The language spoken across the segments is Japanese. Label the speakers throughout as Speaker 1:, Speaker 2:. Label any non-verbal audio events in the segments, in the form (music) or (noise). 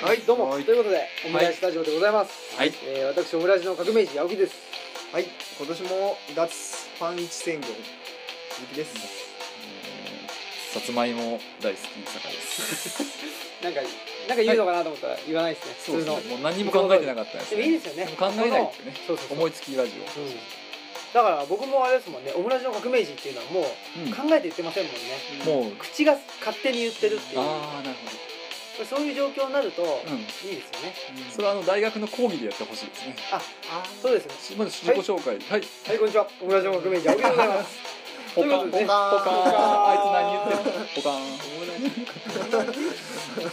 Speaker 1: はい、はい、どうも、
Speaker 2: はい
Speaker 1: ということで、オムライスタジオでございます。
Speaker 3: はい
Speaker 1: えー私、オムライスの革命児、青木です。
Speaker 2: はい、今年も脱パン一宣言続きです。
Speaker 3: さつまいも大好き坂井です。
Speaker 1: なんか、なんか言うのかなと思ったら、言わないですね。
Speaker 3: そう
Speaker 1: 普
Speaker 3: で
Speaker 1: 通
Speaker 3: す
Speaker 1: の。
Speaker 3: ね。もう何も考えてなかったです、
Speaker 1: で
Speaker 3: ね。
Speaker 1: もいいですよね。
Speaker 3: 考えないですよね。
Speaker 1: この。そうそうそう。
Speaker 3: 思いつきラジオ。
Speaker 1: うんだから、僕もあれですもんね、オムライスの革命児っていうのは、もう
Speaker 3: うん
Speaker 1: 考えて言ってませんもんね。
Speaker 3: もう
Speaker 1: 口が勝手に言ってるっていう。
Speaker 3: ああなる
Speaker 1: そういう状況になると、
Speaker 3: ほど。うん。
Speaker 1: いいですよね。
Speaker 3: それはあの大学の講義でやってほしいですね。
Speaker 1: あ、
Speaker 2: あー
Speaker 1: そうですね。
Speaker 3: まず自己紹介。はい。
Speaker 1: はい、こんにちは。オムライスの革命児、青木でございます。
Speaker 3: ポ
Speaker 1: と
Speaker 3: カ
Speaker 1: いうこ
Speaker 3: ン
Speaker 1: とでね
Speaker 3: ポカン
Speaker 2: ポカ
Speaker 1: ン
Speaker 3: あいつ何言ってる。ポカン。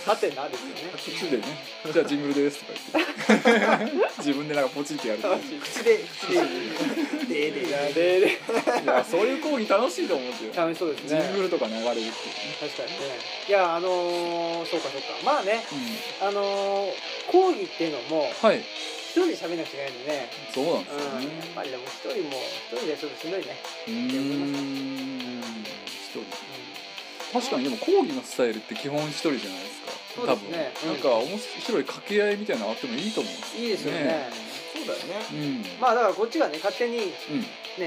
Speaker 1: はてなですよね。
Speaker 3: 口でね。じゃあジングルですとか言って。自分でなんかポチってやる。
Speaker 2: 口で口ででで
Speaker 1: いやでで
Speaker 3: いやそういう講義楽しいと思うんですよ。
Speaker 1: 楽しそうです
Speaker 3: ジ
Speaker 1: ね。
Speaker 3: ングルとか流れるっていうね。
Speaker 1: 確かにねいやあのー、そうかそうかまあね
Speaker 3: うん
Speaker 1: あのー、講義っていうのも
Speaker 3: はい。
Speaker 1: 一人で喋んなくちゃいけないんでね
Speaker 3: そうなんですよ
Speaker 1: うん、や
Speaker 3: ね
Speaker 1: っ。ぱりでも一人も一人でちょっとしんどいね、
Speaker 3: うーん。一人。
Speaker 1: う
Speaker 3: 確かにでも講義のスタイルって基本一人じゃないですか
Speaker 1: そうですね
Speaker 3: 多
Speaker 1: うん
Speaker 3: 分、なんか面白い掛け合いみたいなのあってもいいと思うんです
Speaker 1: ん、いいですよね
Speaker 3: ね
Speaker 2: そうだよね。
Speaker 3: ようん
Speaker 1: まあだからこっちがね勝手にね
Speaker 3: う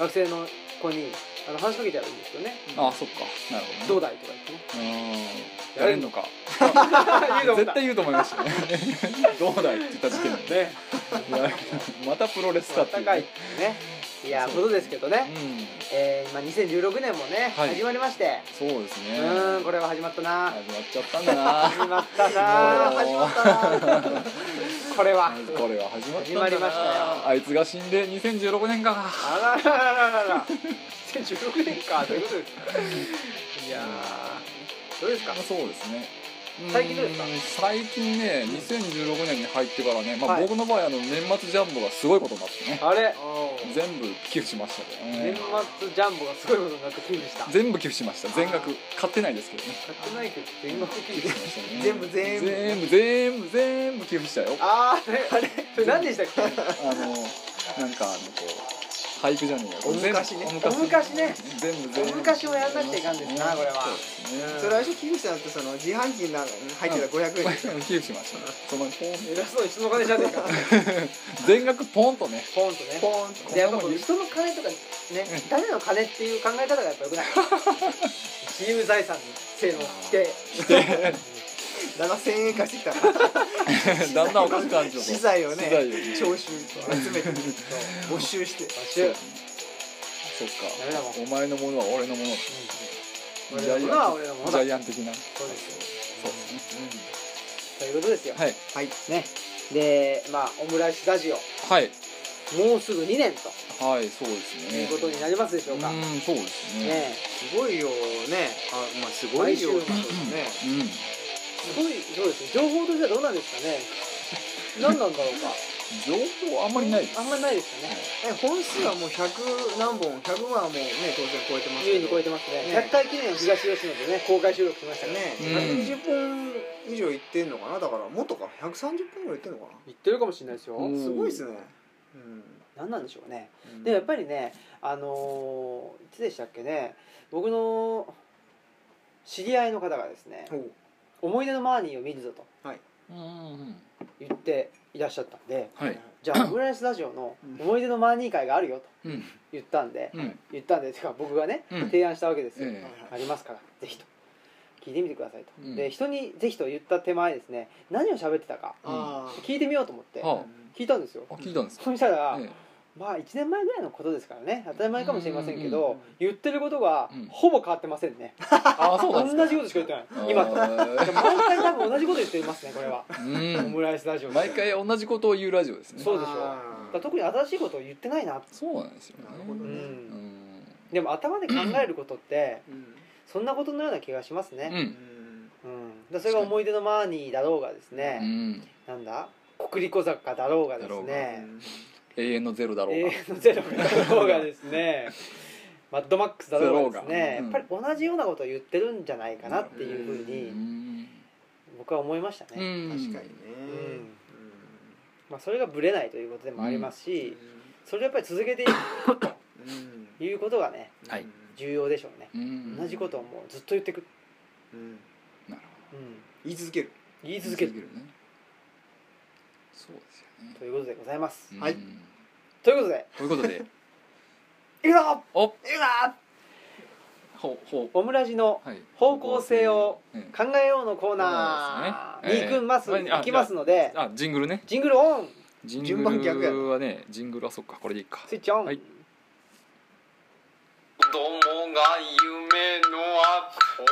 Speaker 1: あの学生の子にあの話しかけてやるんですよね
Speaker 3: んあそっかなるほ
Speaker 1: ど
Speaker 3: ど
Speaker 1: うだ
Speaker 3: ね
Speaker 1: いとか言ってね
Speaker 3: うんやれんのか
Speaker 1: (laughs) 言うと思った
Speaker 3: 絶対言うと思いまし
Speaker 1: (laughs)
Speaker 3: たねどうだいって言った時点でねいやまたプロレスかっていう
Speaker 1: 高いっていうねいやことですけどね、
Speaker 3: うん
Speaker 1: えー、今2016年もね、
Speaker 3: はい
Speaker 1: 始まりまして
Speaker 3: そうです
Speaker 1: う
Speaker 3: ね
Speaker 1: ーんこれは始まったな
Speaker 3: 始まっちゃったんだ
Speaker 1: (laughs)
Speaker 3: な
Speaker 1: 始まったな
Speaker 3: もう
Speaker 1: 始まったなこれは
Speaker 3: これは始まったんだな
Speaker 1: 始まりましたよ
Speaker 3: あいつが死んで2016年か
Speaker 1: あららら (laughs) ららら2016年かということですいやーどうですか
Speaker 3: まあそうですね
Speaker 1: 最近どうですか
Speaker 3: ーん最近ね2016年に入ってからね、まあ
Speaker 1: はい
Speaker 3: 僕の場合あの年末ジャンボがすごいことになってね
Speaker 1: あれ
Speaker 3: 全部寄付しましたね
Speaker 1: 年末ジャンボがすごいことになって寄付した
Speaker 3: 全部寄付しました全額買ってないですけどね
Speaker 1: 買ってないけど全額寄
Speaker 3: 寄
Speaker 1: 付
Speaker 3: 付しましたね
Speaker 2: 全部全部
Speaker 3: (laughs) 全部全部全部寄付したよあ
Speaker 1: あーあれあれそれ何でしたっけ
Speaker 3: のなんかあのこう俳句じゃねえよ
Speaker 2: お昔ね
Speaker 3: 全部
Speaker 1: お昔ね
Speaker 3: 全部全部
Speaker 1: お昔もやんなくちゃいかんですなこれは
Speaker 3: そうですね (laughs)
Speaker 2: それ最初寄付したのってその自販機になんか入ってた五百円。
Speaker 3: 寄付しましたねそのポン
Speaker 1: 偉そうに人の金じゃねえか
Speaker 3: 全額ポンとね
Speaker 1: ポンとね
Speaker 2: ポーンと。
Speaker 1: でやっぱこの人の金とかね誰の金っていう考え方がやっぱよ
Speaker 3: (laughs)
Speaker 1: くない私有財産の性能否定
Speaker 2: 七千円貸してきたな。
Speaker 3: (laughs) だんだんおかしくなるんですよ
Speaker 2: 資材を
Speaker 3: 資材
Speaker 2: ね
Speaker 3: を
Speaker 2: 徴収集めて没収して。
Speaker 1: 募集
Speaker 3: そっか
Speaker 1: ダメだもん
Speaker 3: お前のものは俺のもの
Speaker 1: 俺のものは俺のもの
Speaker 3: ジ
Speaker 1: だ
Speaker 3: ャイアン的な
Speaker 1: そうです
Speaker 3: そうですね
Speaker 1: ということですよ、
Speaker 3: はい
Speaker 2: はい。
Speaker 1: ねでまあオムライスラジオ
Speaker 3: はい
Speaker 1: もうすぐ2年と
Speaker 3: はいそうです
Speaker 1: い
Speaker 3: ね
Speaker 1: うことになりますでしょうか、ね
Speaker 3: うんそうですね
Speaker 1: え
Speaker 2: すごいよね。あ、まあすごいよ。
Speaker 1: 毎週
Speaker 2: ね。
Speaker 3: うん
Speaker 1: すごいそうですね情報としてはどうなんですかね何なんだろうか
Speaker 3: 情報あんまりないです
Speaker 1: あんまりないですよね
Speaker 2: え本数はもう百何本、百はもうね当然超えてますけど。
Speaker 1: 優に超えてますね
Speaker 2: ね
Speaker 1: 100回記念の東吉野でね公開収録しましたから
Speaker 2: ね、
Speaker 3: うん
Speaker 2: 120本以上いってんのかなだからもっとか130本ぐらいいってんのか
Speaker 1: 言ってるかもしれないですよ、
Speaker 3: う
Speaker 2: なんすごいですね、うん
Speaker 1: 何なんでしょうね
Speaker 2: うん
Speaker 1: でもやっぱりねあのーいつでしたっけね僕の知り合いの方がですね
Speaker 2: ほう
Speaker 1: 「思い出のマーニーを見るぞ」と
Speaker 3: うんうん
Speaker 1: 言っていらっしゃったんで
Speaker 3: はい
Speaker 1: じゃ
Speaker 3: (coughs)
Speaker 1: あオムライスラジオの
Speaker 2: うん
Speaker 1: 思い出のマーニー会があるよと
Speaker 3: うん
Speaker 1: 言ったんで
Speaker 3: うん
Speaker 1: 言ったんでてか僕がね
Speaker 3: うん
Speaker 1: 提案したわけですよ、
Speaker 3: ええ
Speaker 1: ありますからぜひと聞いてみてくださいと、
Speaker 3: うん
Speaker 1: で人にぜひと言った手前ですね何を喋ってたか
Speaker 2: あー
Speaker 1: 聞いてみようと思って
Speaker 3: は
Speaker 1: 聞いたんですよ
Speaker 3: ああ聞いたんですか
Speaker 1: そしたら、
Speaker 3: え
Speaker 1: まあ1年前ぐらいのことですからね当たり前かもしれませんけど、
Speaker 2: うんうんうん
Speaker 1: 言ってることが
Speaker 3: うん
Speaker 1: ほぼ変わってませんね、
Speaker 3: えあそうなんですか
Speaker 1: 同じことしか言ってない今と
Speaker 3: あー
Speaker 1: でも毎回多分同じこと言ってますねこれは、オム
Speaker 3: (laughs) う
Speaker 1: ライスラジオ
Speaker 3: ん
Speaker 1: で
Speaker 3: 毎回同じことを言うラジオですね
Speaker 1: そうでしょ
Speaker 2: あ
Speaker 1: だから
Speaker 2: ー
Speaker 1: 特に新しいことを言ってないな、
Speaker 3: そうなんですよね
Speaker 2: なるほど
Speaker 1: う、
Speaker 2: ね
Speaker 3: うんん
Speaker 1: でも頭で考えることって
Speaker 2: うん
Speaker 1: そんなことのような気がします
Speaker 3: う
Speaker 1: ね、
Speaker 2: うんん
Speaker 1: うんだからそれが思い出のマーニーだろうがです
Speaker 3: う
Speaker 1: ね、
Speaker 3: ん
Speaker 1: なんだ国立小坂だろうがで
Speaker 3: だろ
Speaker 1: す
Speaker 3: う
Speaker 1: ね
Speaker 3: 永遠のゼロだろ
Speaker 1: 永
Speaker 3: うが
Speaker 1: 遠のゼロ (laughs) だろうがですねマッドマックスだろうがですね、
Speaker 3: だろうが
Speaker 1: やっぱり同じようなことを言ってるんじゃないかなっていうふう
Speaker 3: う
Speaker 1: に
Speaker 3: ん
Speaker 1: 僕は思いましたね、
Speaker 3: うん
Speaker 2: 確かにね
Speaker 1: んまあ、それがぶれないということでもあります
Speaker 2: うん
Speaker 1: し、それをやっぱり続けていく
Speaker 2: うん
Speaker 1: ということがね
Speaker 3: はい
Speaker 1: 重要でしょうね
Speaker 3: うん
Speaker 1: 同じことをもうずっと言ってく
Speaker 2: うん
Speaker 3: なる
Speaker 1: うん
Speaker 2: 言い続ける
Speaker 1: 言い続ける
Speaker 3: 言いねそうですよね
Speaker 1: ということでございます、
Speaker 3: うん
Speaker 2: はい
Speaker 3: と
Speaker 1: ということで
Speaker 3: いうこと
Speaker 1: (laughs)
Speaker 3: で
Speaker 1: いくぞ
Speaker 3: お
Speaker 1: いくぞ
Speaker 3: ほほ
Speaker 1: オムラジの
Speaker 3: はい
Speaker 1: 方向性を
Speaker 3: うん
Speaker 1: 考えようのコーナー
Speaker 3: そうです
Speaker 1: に
Speaker 3: ね
Speaker 1: 行くます、
Speaker 3: ええ
Speaker 1: 行きますので
Speaker 3: あジングルね
Speaker 1: ジングルオン
Speaker 3: ジン
Speaker 2: 順
Speaker 3: グ
Speaker 2: 番逆やな
Speaker 3: ルはねジングルはそっかこれでいいか
Speaker 1: スイッチオン、
Speaker 3: はい
Speaker 4: 子供が夢のアポ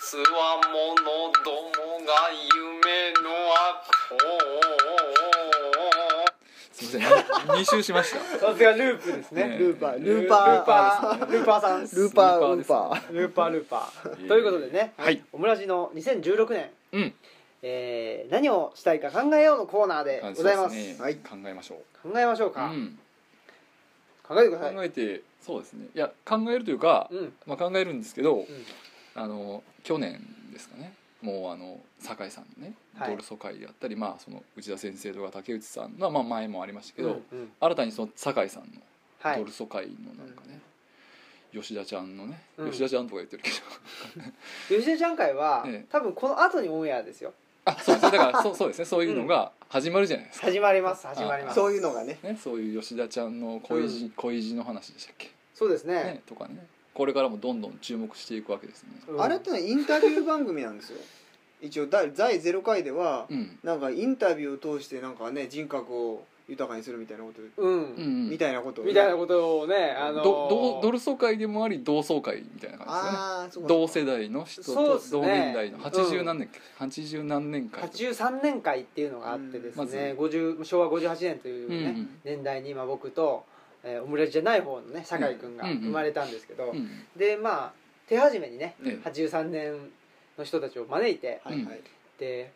Speaker 4: つわものどもが夢のアポ
Speaker 3: すみません2周しました
Speaker 1: さすがループですね
Speaker 3: ね
Speaker 2: ルーパー
Speaker 1: ル
Speaker 2: ル
Speaker 1: ー
Speaker 2: ー
Speaker 1: パ
Speaker 2: パ
Speaker 1: ー
Speaker 2: ー
Speaker 1: ルーパールーパーさんル
Speaker 2: ルーパー
Speaker 3: ル
Speaker 2: ウ
Speaker 3: ー
Speaker 2: ー
Speaker 3: パ
Speaker 2: パ
Speaker 3: ー
Speaker 2: ー
Speaker 1: ーパールーパ
Speaker 3: いえい
Speaker 1: (laughs)
Speaker 3: え
Speaker 1: ーということでね、
Speaker 3: はい
Speaker 1: オムラジの2016年、
Speaker 3: うん
Speaker 1: えー何をしたいか考えようのコーナーで
Speaker 3: あ
Speaker 1: ございます
Speaker 3: そうですね
Speaker 2: はい
Speaker 3: 考えましょう
Speaker 1: 考えましょう
Speaker 3: う
Speaker 1: か、
Speaker 3: ん
Speaker 1: 考えてください
Speaker 3: 考えてそうですねいや考えるというか
Speaker 1: うん
Speaker 3: まあ考えるんですけど
Speaker 1: うん
Speaker 3: あの去年ですかねもうあの酒井さんのね
Speaker 1: はい
Speaker 3: ドル疎開であったり、まあその内田先生とか竹内さんのはまあ前もありましたけど、
Speaker 1: うんうん
Speaker 3: 新たにその酒井さんの
Speaker 1: はい
Speaker 3: ドル疎開のなんかね、吉田ちゃんのね、
Speaker 1: うん
Speaker 3: 吉田ちゃんとか言ってるけど (laughs)
Speaker 1: 吉田ちゃん会は、
Speaker 3: ええ
Speaker 1: 多分この後にオンエアですよ
Speaker 3: あそうですねだからそうそうですねそういうのが始まるじゃないですか、
Speaker 1: 始まります始まりますそ
Speaker 2: そうういうのがね
Speaker 3: ね、そういう吉田ちゃんの恋路、
Speaker 1: う
Speaker 3: 恋路の話でしたっけ、
Speaker 1: ですね
Speaker 3: ね、とかねこれからもどんどん注目していくわけですね。
Speaker 1: うん
Speaker 2: あれってのはインタビュー番組なんですよ一応第第0回では
Speaker 3: うん、
Speaker 2: なんかインタビューを通してなんかね人格を豊かにするみたいなこと
Speaker 1: うん、
Speaker 3: うんうん、
Speaker 2: みたいなことをね
Speaker 1: みたいなことをね、あのー
Speaker 3: どどドル疎開でもあり同窓会みたいな感じですね
Speaker 2: ああそうか
Speaker 3: 同世代の人
Speaker 1: そうっ
Speaker 3: と
Speaker 1: すね
Speaker 3: 同年代の
Speaker 1: う
Speaker 3: 80
Speaker 1: ん
Speaker 3: 何年、八十何年か
Speaker 1: 83年会っていうのがあってです
Speaker 3: うんまず
Speaker 1: ね、50昭和58年という
Speaker 3: うん
Speaker 1: ね、年代に今僕と、えーオムラジじゃない方のね酒井君が
Speaker 3: うんうん
Speaker 1: 生まれたんですけど、
Speaker 3: うんうん
Speaker 1: でまあ手始めにね
Speaker 3: ええ
Speaker 1: 83年の人たちを招いて
Speaker 2: はいはい、
Speaker 1: で、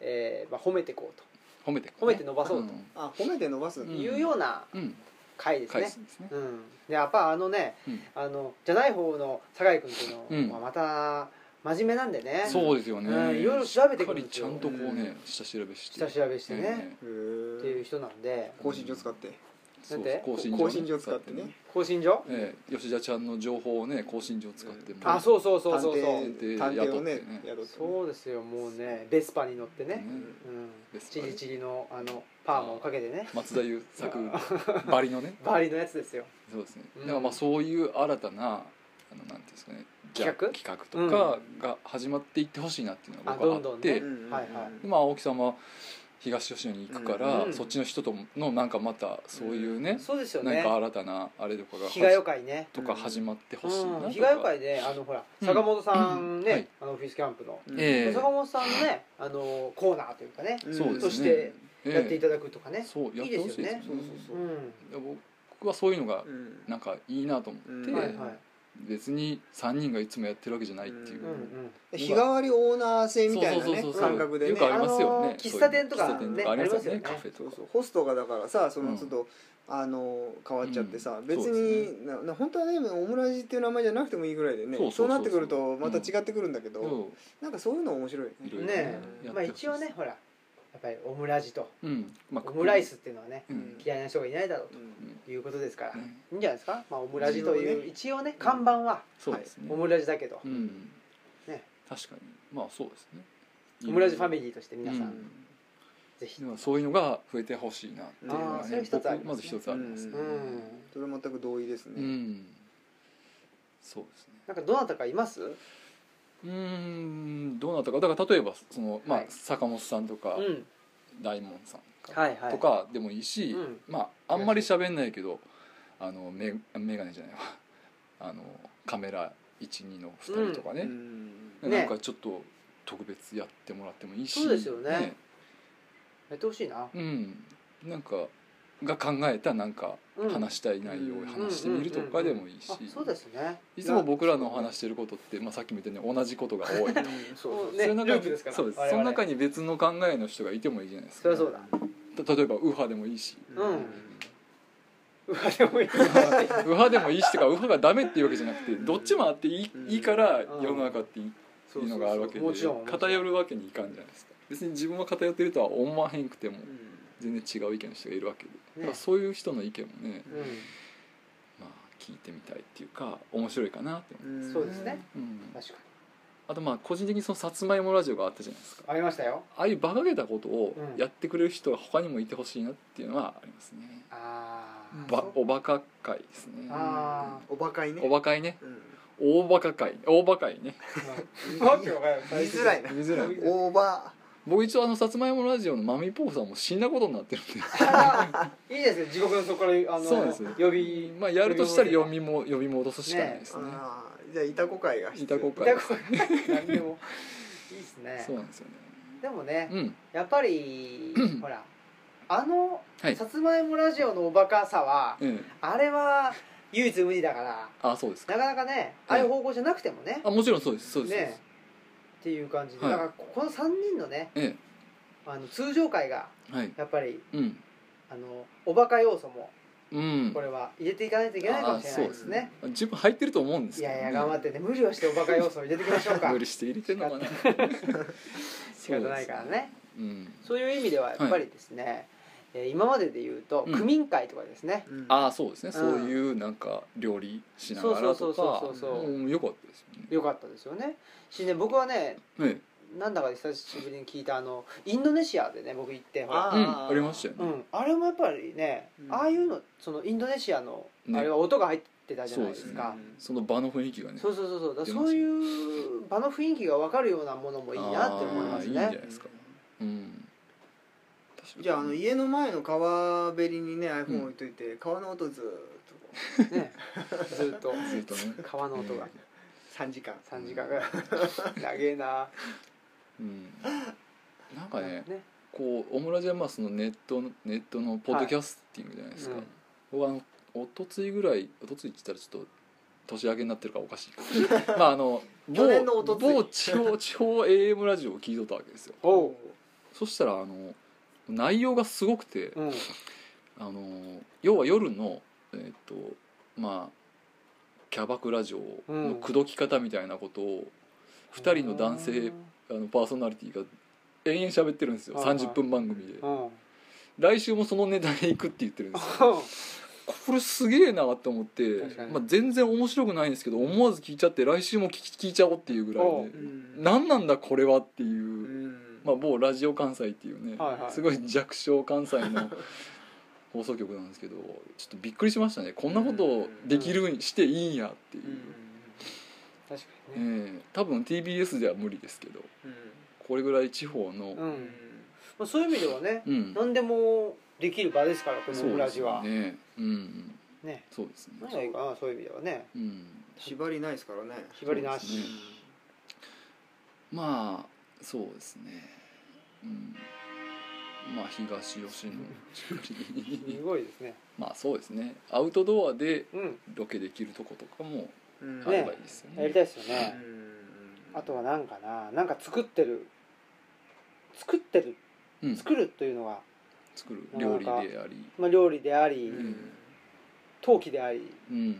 Speaker 1: えーまあ、褒めてこう
Speaker 3: 褒めて
Speaker 1: 褒めて伸ばそうと
Speaker 3: ん
Speaker 2: あ褒めて伸ばす、
Speaker 3: う
Speaker 1: と
Speaker 3: ん
Speaker 1: いうような
Speaker 3: うん
Speaker 1: 会です
Speaker 3: 返
Speaker 1: ね
Speaker 3: す。んですね
Speaker 1: うんでやっぱあのね
Speaker 3: うん
Speaker 1: あのじゃない方の酒井君っていうのは
Speaker 3: うん
Speaker 1: また真面目なんでね、
Speaker 3: そうですよね
Speaker 1: うんいろいろ調べてく
Speaker 3: しっか
Speaker 1: る
Speaker 3: り
Speaker 1: んです
Speaker 3: ち
Speaker 1: よ
Speaker 3: ゃんとこうね下調べして
Speaker 1: 下調べしてね、
Speaker 3: ええ
Speaker 2: へ
Speaker 1: ってい
Speaker 2: ー
Speaker 1: う人なんで
Speaker 2: 更新所使って
Speaker 3: そう
Speaker 1: だって
Speaker 3: 更新
Speaker 2: 更新所使ってね
Speaker 1: 更新所
Speaker 3: ええ吉田ちゃんの情報をね更新所使って
Speaker 1: あ
Speaker 3: う
Speaker 1: そうそうそうそうそう
Speaker 2: 探偵
Speaker 3: 探
Speaker 2: 探偵をね
Speaker 3: 偵雇ってね
Speaker 2: 宿って
Speaker 1: そうですよもうねベスパに乗ってね、う
Speaker 3: ベ
Speaker 1: ん、
Speaker 3: スパ
Speaker 1: チ
Speaker 3: に
Speaker 1: リチリのあのパーマをかけてね
Speaker 3: 松田優作バリのね
Speaker 1: バリのやつですよ
Speaker 3: そうですね
Speaker 1: うん
Speaker 3: だからまあそういう新たなあのなんていうんですかねじゃ
Speaker 1: 企画
Speaker 3: 企画とかが始まっていってほしいなっていうのが僕はあ
Speaker 1: あどんど
Speaker 3: っ
Speaker 1: ん
Speaker 3: て
Speaker 1: ね
Speaker 2: うんうんうん
Speaker 1: はいはい
Speaker 3: でまあ青木さんは東吉野に行くから、
Speaker 1: うん
Speaker 3: そっちの人とのなんかまたそういうね、
Speaker 1: そうですよ
Speaker 3: なん
Speaker 1: ね
Speaker 3: か新たなあれとかが
Speaker 1: 日がよ会ね
Speaker 3: とか始まってほしいなとか、
Speaker 1: うん日がよ会であのほら
Speaker 3: うん
Speaker 1: 坂本さん
Speaker 3: うんはい
Speaker 1: ねあのオフィスキャンプの
Speaker 2: うん
Speaker 3: ええ
Speaker 1: 坂本さんのねあのコーナーというかね
Speaker 2: うん
Speaker 3: そうですね
Speaker 1: として
Speaker 3: ええ
Speaker 1: やっていただくとかね
Speaker 3: そうや
Speaker 1: い
Speaker 3: っ
Speaker 1: い
Speaker 3: て
Speaker 1: で
Speaker 3: ほ
Speaker 1: す
Speaker 3: しい
Speaker 1: よ
Speaker 3: です
Speaker 1: ね
Speaker 3: ね
Speaker 2: そうそうそうう、
Speaker 1: ん
Speaker 3: 僕はそういうのが
Speaker 2: うん
Speaker 3: なんかいいなと思って、
Speaker 2: うん
Speaker 1: はいはい
Speaker 3: 別に3人がいつもやってるわけじゃないっていう、
Speaker 1: うんうん
Speaker 2: 日替わりオーナー制みたいなね
Speaker 3: そうそうそうそう
Speaker 2: 感覚で
Speaker 3: よ
Speaker 2: ね
Speaker 3: くありますよね、
Speaker 1: あのー喫茶店とか
Speaker 3: そういう喫茶店とかありますよね
Speaker 1: ね
Speaker 3: カフェと
Speaker 2: そ
Speaker 3: か
Speaker 2: うそうホストがだからさそうの
Speaker 3: ん
Speaker 2: ちょっと、あの変わっちゃってさ、
Speaker 3: うん
Speaker 2: 別
Speaker 3: そうです
Speaker 2: に、なな本当はねオムラジっていう名前じゃなくてもいいぐらいで
Speaker 3: そ
Speaker 2: ねそうう
Speaker 3: そうそうそう
Speaker 2: なってくるとまた違ってくるんだけど、
Speaker 3: そ
Speaker 2: なんかそういうの面白いね
Speaker 3: ういろいろ
Speaker 1: ね
Speaker 3: やってほしい
Speaker 1: まあ一応ねほらやっぱりオムラジと
Speaker 3: うんまあ
Speaker 1: オムライスっていうのはね
Speaker 3: うん
Speaker 1: 嫌いな人がいないだろう
Speaker 2: うん
Speaker 1: ということですから
Speaker 3: ね
Speaker 1: いいんじゃないですか、まあ、オムラジという一応ね看板は
Speaker 3: そうですね、
Speaker 1: オムラジだけど、
Speaker 3: うん、
Speaker 1: ね
Speaker 3: 確かにまあそうですね
Speaker 1: オムラジファミリーとして皆さん、
Speaker 3: うん
Speaker 1: ぜひ、
Speaker 3: まあそういうのが増えてほしいなっていうの
Speaker 2: あ
Speaker 3: が
Speaker 2: ー
Speaker 1: それ一つあり
Speaker 3: 僕
Speaker 1: ま
Speaker 3: ますず
Speaker 1: ね
Speaker 3: 一つありますね
Speaker 1: う
Speaker 2: うんそれは全く同意です
Speaker 3: う
Speaker 2: ね、
Speaker 3: んそうですね
Speaker 1: なんかどなたかいます
Speaker 3: うーんどうなったかだから例えばそのまあ
Speaker 1: はい
Speaker 3: 坂本さんとか
Speaker 1: うん
Speaker 3: 大門さん
Speaker 1: はいはい
Speaker 3: とかでもいいし
Speaker 1: うん
Speaker 3: まああんまり喋んないけどあのメメガネじゃないわ (laughs) あのカメラ12の2人とか
Speaker 2: う
Speaker 3: ね
Speaker 2: ん
Speaker 1: うんね
Speaker 3: なんかちょっと特別やってもらってもいいし
Speaker 1: そうですよねやってほしいな
Speaker 3: うんなんかが考えたなんか
Speaker 1: うん
Speaker 3: 話したい内容を話してみるとかでもいいし
Speaker 1: あそうですね
Speaker 3: いつも僕らの話してることって、まあ、さっきみたいに同じことが多いと
Speaker 2: そうそ
Speaker 1: (laughs)
Speaker 2: う
Speaker 1: ね
Speaker 3: その中に
Speaker 1: ループですから
Speaker 3: そうです
Speaker 1: 我々
Speaker 3: その中に別の考えの人がいてもいいじゃないです
Speaker 1: そ
Speaker 3: か
Speaker 1: りゃそうだ
Speaker 3: た例えば右派でもいいし
Speaker 1: うんうわでもいいな
Speaker 3: 右派でもいいしとか右派がダメっていうわけじゃなくてどっちもあっていい,、
Speaker 2: うん
Speaker 3: いいから
Speaker 1: うん
Speaker 3: 世の中っていいっていうのがあるわけで
Speaker 1: もちろんもちろん
Speaker 3: 偏るわけにいかんじゃないですか別に自分は偏ってるとは思わへんくても
Speaker 2: うん
Speaker 3: 全然違う意見の人がいるわけで、だからそういう人の意見もね、
Speaker 1: う
Speaker 3: まあ、聞いてみたいっていうか面白いかなって思います
Speaker 1: んそうですね
Speaker 3: うん
Speaker 1: 確か
Speaker 3: あとまあ個人的にそのさつまいもラジオがあったじゃないですか
Speaker 1: ありましたよ
Speaker 3: ああいう馬鹿げたことを
Speaker 1: うん
Speaker 3: やってくれる人が他にもいてほしいなっていうのはありますね、
Speaker 1: あー
Speaker 3: ばおバカ会ですね
Speaker 1: あ
Speaker 2: おばかいね
Speaker 3: おバカいね
Speaker 2: うん
Speaker 3: 大バカ会大バカいね
Speaker 1: ーわけわからん
Speaker 2: 言いづらいな
Speaker 3: 見づらい (laughs)
Speaker 2: おば
Speaker 3: 僕一応あのさつまいもラジオのマミポーさんも死んだことになってるんで
Speaker 1: (laughs) いいですね地獄の底からあの
Speaker 3: そうです
Speaker 1: 呼び
Speaker 3: まあやるとしたら呼びも呼び戻すしかないですね
Speaker 2: あーじゃあいたこ会が
Speaker 3: いたこ
Speaker 1: い
Speaker 3: 会
Speaker 1: たことない何でもいいですね
Speaker 3: そうなんですよね
Speaker 1: でもね
Speaker 3: うん
Speaker 1: やっぱ
Speaker 3: (clears throat)
Speaker 1: りほらあの
Speaker 3: はい
Speaker 1: さつまいもラジオのおバカさは
Speaker 3: ええ
Speaker 1: あれは唯一無二だから
Speaker 3: あそうですか
Speaker 1: なかなかねああいう方向じゃなくてもね
Speaker 3: あもちろんそうですそうですそうで
Speaker 1: ね
Speaker 3: す
Speaker 1: っていう感じで
Speaker 3: はい
Speaker 1: だからここの3人のね
Speaker 3: え
Speaker 1: あの通常回が
Speaker 3: えはい
Speaker 1: やっぱり
Speaker 3: うん
Speaker 1: あのおバカ要素も
Speaker 3: うん
Speaker 1: これは入れていかないといけないかもしれないですね
Speaker 3: 十分入ってると思うんです
Speaker 1: い
Speaker 3: けどね
Speaker 1: やいや頑張ってね無理をしておバカ要素を入れていきましょうか
Speaker 3: (laughs) 無理して入れてんのかな
Speaker 1: (laughs) 仕方ないからね
Speaker 3: (laughs) うん
Speaker 1: そういう意味ではやっぱりですね、えー今までで言うと
Speaker 3: うん
Speaker 1: 区民会とかですね、
Speaker 2: うん
Speaker 3: ああそうですねそういうなんか料理しな
Speaker 1: そう
Speaker 3: が
Speaker 1: そう
Speaker 3: ら
Speaker 1: そ
Speaker 3: と
Speaker 1: うそ
Speaker 3: か
Speaker 1: うそう、
Speaker 3: うんよかったですよね
Speaker 1: よかったですよねしね僕はね
Speaker 3: え
Speaker 1: なんだか久しぶりに聞いたあのインドネシアでね僕行ってほら
Speaker 3: え
Speaker 2: あ
Speaker 3: う
Speaker 2: ー
Speaker 3: んありましたよ
Speaker 1: う
Speaker 3: ね
Speaker 1: ん、あれもやっぱりね、
Speaker 2: うん
Speaker 1: ああいうのそのインドネシアの
Speaker 3: ね
Speaker 1: あれは音が入ってたじゃないです
Speaker 2: う
Speaker 1: か
Speaker 2: ん
Speaker 3: その場の雰囲気がね
Speaker 1: そう,、そうそうそうだから
Speaker 3: 出
Speaker 1: そ
Speaker 3: ます
Speaker 1: う
Speaker 3: よ
Speaker 1: いう場の雰囲気が分かるようなものもいいなって思いますね
Speaker 3: あーいいんじゃないですかうん確かに
Speaker 2: じゃああの家の前の川べりにね iPhone 置いといて川の音ずーっと
Speaker 1: ねずっと
Speaker 3: ずっとね
Speaker 1: 川の音が
Speaker 2: 3時間
Speaker 1: 3時間ぐらい長えな
Speaker 3: うんなんかね
Speaker 1: ね
Speaker 3: こうオムラジはまあそのネットのネットのポッドキャスティングじゃないですか、
Speaker 1: はいうん
Speaker 3: 僕あのおとついぐらいおとついって言ったらちょっと年明けになってるからおかしいか (laughs) まああの某
Speaker 2: 去年のおとつい
Speaker 3: 某地方地方 AM ラジオを聞いとったわけですよ
Speaker 1: おう、
Speaker 3: そしたらあの内容がすごくて
Speaker 1: うん、
Speaker 3: あの要は夜のえっとまあキャバクラ嬢の口説き方みたいなことを2人の男性あのパーソナリティが延々喋ってるんですよ
Speaker 1: はいはい
Speaker 3: 30分番組で
Speaker 1: うん、
Speaker 3: 来週もそのネタで行くって言ってるんですよ
Speaker 1: う
Speaker 3: これすげえなと思って
Speaker 1: 確か、に
Speaker 3: まあ、全然面白くないんですけど思わず聞いちゃって来週も聞き聞いちゃおうっていうぐらい
Speaker 1: おう
Speaker 3: で
Speaker 2: ん
Speaker 3: 何なんだこれはっていうう、
Speaker 2: ん
Speaker 3: まあ、某ラジオ関西っていうね、
Speaker 1: はいはい
Speaker 3: すごい弱小関西
Speaker 1: (laughs)
Speaker 3: の放送局なんですけどちょっとびっくりしましたねこんなことをできるんしていいんやっていう
Speaker 2: う、
Speaker 1: ん確か
Speaker 3: え
Speaker 1: にね、
Speaker 3: え多分 TBS では無理ですけど
Speaker 2: ん
Speaker 3: これぐらい地方
Speaker 1: う、
Speaker 3: の
Speaker 2: うん
Speaker 1: んまあ、そういう意味ではね、
Speaker 3: うん
Speaker 1: 何でもできる場ですからこの
Speaker 3: そ
Speaker 1: オ
Speaker 3: う
Speaker 1: ムラ
Speaker 3: です
Speaker 1: ジは
Speaker 3: よ
Speaker 1: ね
Speaker 3: ねうんうんそうですね
Speaker 1: 何がいいかなそういう意味ではね
Speaker 3: うん
Speaker 2: 縛りないですからね
Speaker 1: 縛りな
Speaker 3: そうです
Speaker 1: し
Speaker 3: ねまあそうですねうんまあ東吉野
Speaker 1: す,、 (laughs) ごいですね
Speaker 3: まあそうですねアウトドアで
Speaker 1: うん
Speaker 3: ロケできるとことかも
Speaker 2: うん
Speaker 3: あればいいですよね
Speaker 1: やりたいですよ
Speaker 2: う
Speaker 1: ね、
Speaker 2: ん
Speaker 1: あとは何かななんか作ってる作ってる
Speaker 3: うん、
Speaker 1: 作るというのは、
Speaker 3: 作る料理であり、
Speaker 1: まあ、料理であり、
Speaker 2: うん
Speaker 1: 陶器であり
Speaker 3: う、
Speaker 2: うんん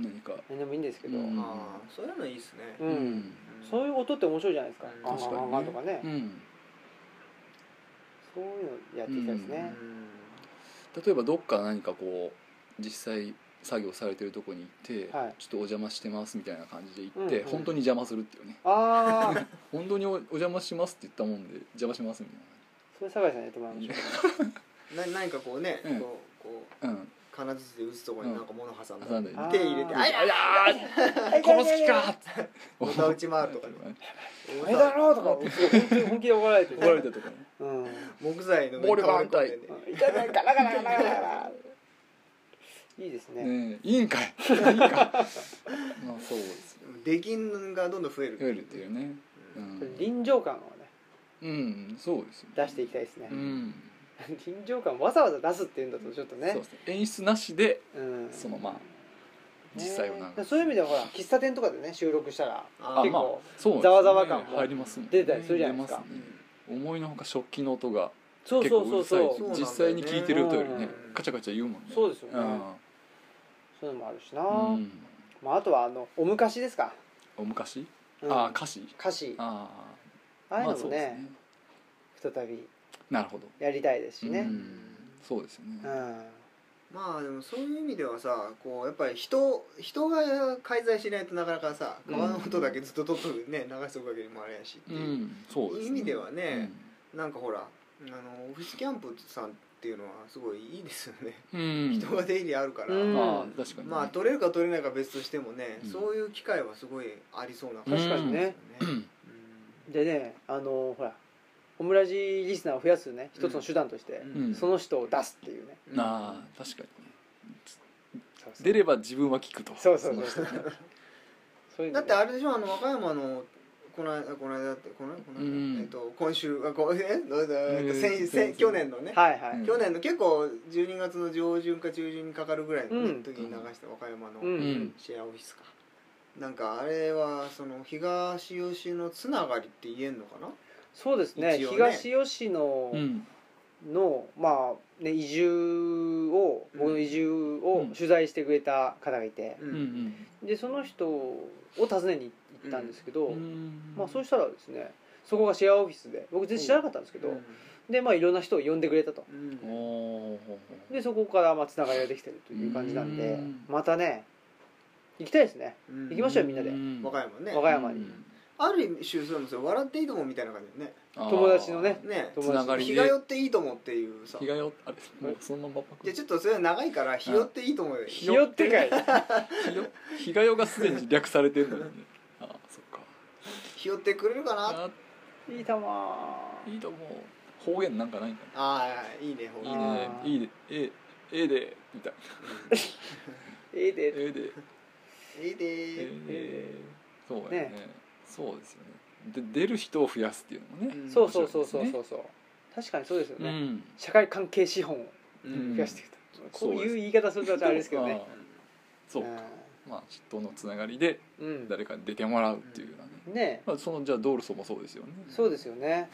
Speaker 3: 何か、
Speaker 1: 何でもいいんですけど、
Speaker 3: う
Speaker 1: うんん
Speaker 2: ああそういうのいいですね
Speaker 1: そういう音って面白いじゃないですか、
Speaker 2: うん
Speaker 1: ガンガンガンガンとかね、
Speaker 3: うん、
Speaker 1: そういうのやっていきたいですね、
Speaker 3: 例えばどっか何かこう実際作業されてるとこに行って、
Speaker 1: はい
Speaker 3: ちょっとお邪魔してますみたいな感じで行って、
Speaker 1: うんうん
Speaker 3: 本当に邪魔するっていうね
Speaker 1: ああ
Speaker 3: 本当におお邪魔しますって言ったもんで邪魔しますみ
Speaker 1: それ酒井さんやってもらいましょ
Speaker 2: な何かこうね
Speaker 3: うん
Speaker 2: こうこう
Speaker 3: たいなうん
Speaker 2: 金槌で打つとこになんか物挟ん
Speaker 3: 挟ん
Speaker 2: で
Speaker 3: で
Speaker 1: あー
Speaker 2: 手入れて「あい
Speaker 3: あいや (laughs) ー殺す気かーっつって
Speaker 2: ボタ打ち回る」とかね
Speaker 3: 怒
Speaker 1: うあれだろうとかすごい本当に本気で怒られて
Speaker 3: られたとかね
Speaker 1: うん
Speaker 2: 木材の
Speaker 3: 暴力
Speaker 2: 倒れ
Speaker 3: 反対
Speaker 2: 込んでね
Speaker 1: 痛い痛いガラガラガラガラガラいいですね
Speaker 3: ねえいいんかいいいんかいまあそうですよ
Speaker 2: 出禁がどんどん増える
Speaker 3: 増えるっていうねう
Speaker 2: うん
Speaker 3: ん、
Speaker 1: 臨場感をね
Speaker 3: うん、そうですよ
Speaker 1: 出していきたいですね、
Speaker 3: うん
Speaker 1: 臨場感わざわざ出すっていうんだとちょっとね
Speaker 3: そうですね演出なしで
Speaker 1: うん
Speaker 3: そのまあ
Speaker 1: ね
Speaker 3: 実際をなんか
Speaker 1: そういう意味ではほら喫茶店とかでね収録したら
Speaker 2: あ
Speaker 3: あ
Speaker 1: 結
Speaker 3: まあ
Speaker 1: 構
Speaker 3: そうなんです
Speaker 1: ざ
Speaker 3: ね
Speaker 1: わざわ感も
Speaker 3: 入りますもんね
Speaker 1: 出たりするじゃないですか
Speaker 3: 出ますね思いのほか食器の音が
Speaker 1: そう
Speaker 3: 結
Speaker 1: そ
Speaker 3: 構
Speaker 1: う
Speaker 3: う
Speaker 1: そ
Speaker 3: る
Speaker 1: う
Speaker 3: さ
Speaker 1: そ
Speaker 3: いう
Speaker 2: そうなんだよね
Speaker 3: 実際に聞いてる音よりね
Speaker 2: うん
Speaker 3: カチャカチャ言うもんね
Speaker 1: そうですよね
Speaker 3: ん
Speaker 1: そういうのもあるしな、
Speaker 3: うん
Speaker 1: まあ、あとはあのお昔ですか、
Speaker 3: お昔
Speaker 1: うん
Speaker 3: ああ歌詞
Speaker 1: 歌詞あ
Speaker 3: ああ
Speaker 1: あいうの
Speaker 3: そ
Speaker 1: も
Speaker 3: うです
Speaker 1: ね,、再び
Speaker 3: なるほど
Speaker 1: やりたいですしね、
Speaker 3: うんそうですよね
Speaker 1: うん
Speaker 2: まあでもそういう意味ではさこうやっぱり人人が介在しないとなかなかさ
Speaker 3: うん
Speaker 2: 川の音だけずっと撮っとるね流しておくわけにもあれやしって
Speaker 3: う
Speaker 2: いう、
Speaker 3: んそうです
Speaker 2: 意味ではね、なんかほらあのオフィスキャンプさんっていうのはすごいいいですよね、
Speaker 3: うん、うん
Speaker 2: 人が出入りあるから、
Speaker 1: うん
Speaker 3: まあ確かに、ね
Speaker 2: まあ取れるか取れないかは別としてもね、
Speaker 3: うん
Speaker 2: そういう機会はすごいありそうな
Speaker 1: 確かにね、
Speaker 2: うん
Speaker 1: でねあのほらオムラジリスナーを増やすね一つの手段として、
Speaker 3: ん
Speaker 1: その人を出すっていうね
Speaker 2: うん
Speaker 3: なあ確かにね
Speaker 1: そうそう
Speaker 3: 出れば自分は聞くと
Speaker 1: そうそうそう
Speaker 3: その人ね
Speaker 1: そういうの
Speaker 2: だ
Speaker 1: ね
Speaker 2: ってあれでしょあの和歌山のこの間この間ってこの間この間、
Speaker 3: うん
Speaker 2: えっと今週あこえどうだえっと先
Speaker 3: うん
Speaker 2: 先去年のね、
Speaker 1: はいはい、
Speaker 3: うん
Speaker 2: 去年の結構12月の上旬か中旬にかかるぐらいの、ね
Speaker 1: うん
Speaker 2: 時に流した和歌山の
Speaker 1: うん
Speaker 3: うん
Speaker 2: シェアオフィスか、なんかあれはその東吉野つながりって言えんのかな
Speaker 1: そうですね
Speaker 2: 一応ね
Speaker 1: 東吉野
Speaker 3: うん
Speaker 1: の、まあね、移住を
Speaker 2: うん
Speaker 1: 僕の移住を
Speaker 3: うん
Speaker 1: 取材してくれた方がいて、
Speaker 3: う
Speaker 2: う
Speaker 3: んうん
Speaker 1: でその人を訪ねに行ったんですけど、
Speaker 3: うん
Speaker 1: まあ、そうしたらですねそこがシェアオフィスで僕全然知らなかったんですけど、でまあいろんな人を呼んでくれたと
Speaker 2: うん
Speaker 3: おお
Speaker 1: でそこからまあつながりができてるという感じなんで
Speaker 3: うん
Speaker 1: またね行きたいですね
Speaker 2: うん
Speaker 1: 行きましょうよみんなで
Speaker 2: 和歌山ね
Speaker 1: 和歌山に
Speaker 2: ある種そうなんですよ笑っていいともみたいな感じだよ
Speaker 1: 友達のね
Speaker 2: ねね
Speaker 1: 友達
Speaker 3: つながり
Speaker 2: 日
Speaker 3: で
Speaker 2: が寄っていいともっていうさ
Speaker 3: 日がよあれもうそのままパク
Speaker 2: じゃあちょっとそれは長いから日寄っていいと思うよ
Speaker 1: 日よってかい
Speaker 3: 日がよ日がよがすでに略されてる
Speaker 1: (laughs)
Speaker 3: のにねああそっか
Speaker 2: 日寄ってくれるかなあ
Speaker 3: あ
Speaker 1: いい球
Speaker 3: いいと思う方言なんかないんか
Speaker 2: あーいいねほ
Speaker 3: な
Speaker 2: ら
Speaker 3: いいね
Speaker 1: あー
Speaker 3: いいねえええでみたいな
Speaker 1: ええで
Speaker 3: ええで
Speaker 2: いいで
Speaker 3: え
Speaker 2: ー
Speaker 3: えでそうやね
Speaker 1: ね
Speaker 3: そうですよねで出る人を増やすっていうのもね
Speaker 2: ん
Speaker 1: そうそうそうそうそうそう確かにそうですよ
Speaker 3: う
Speaker 1: ね、
Speaker 3: ん
Speaker 1: 社会関係資本を
Speaker 2: うん
Speaker 1: 増やしていくと、
Speaker 3: そう
Speaker 1: こう
Speaker 3: です
Speaker 1: いう言い方するとあれですけどね
Speaker 3: ああそうかまあ人のつながりで
Speaker 1: うん、
Speaker 3: 誰かに出てもらうっていうようなね、
Speaker 1: うん、ね
Speaker 3: まあ、そのじゃあドールソもそうですよね
Speaker 1: そうですよね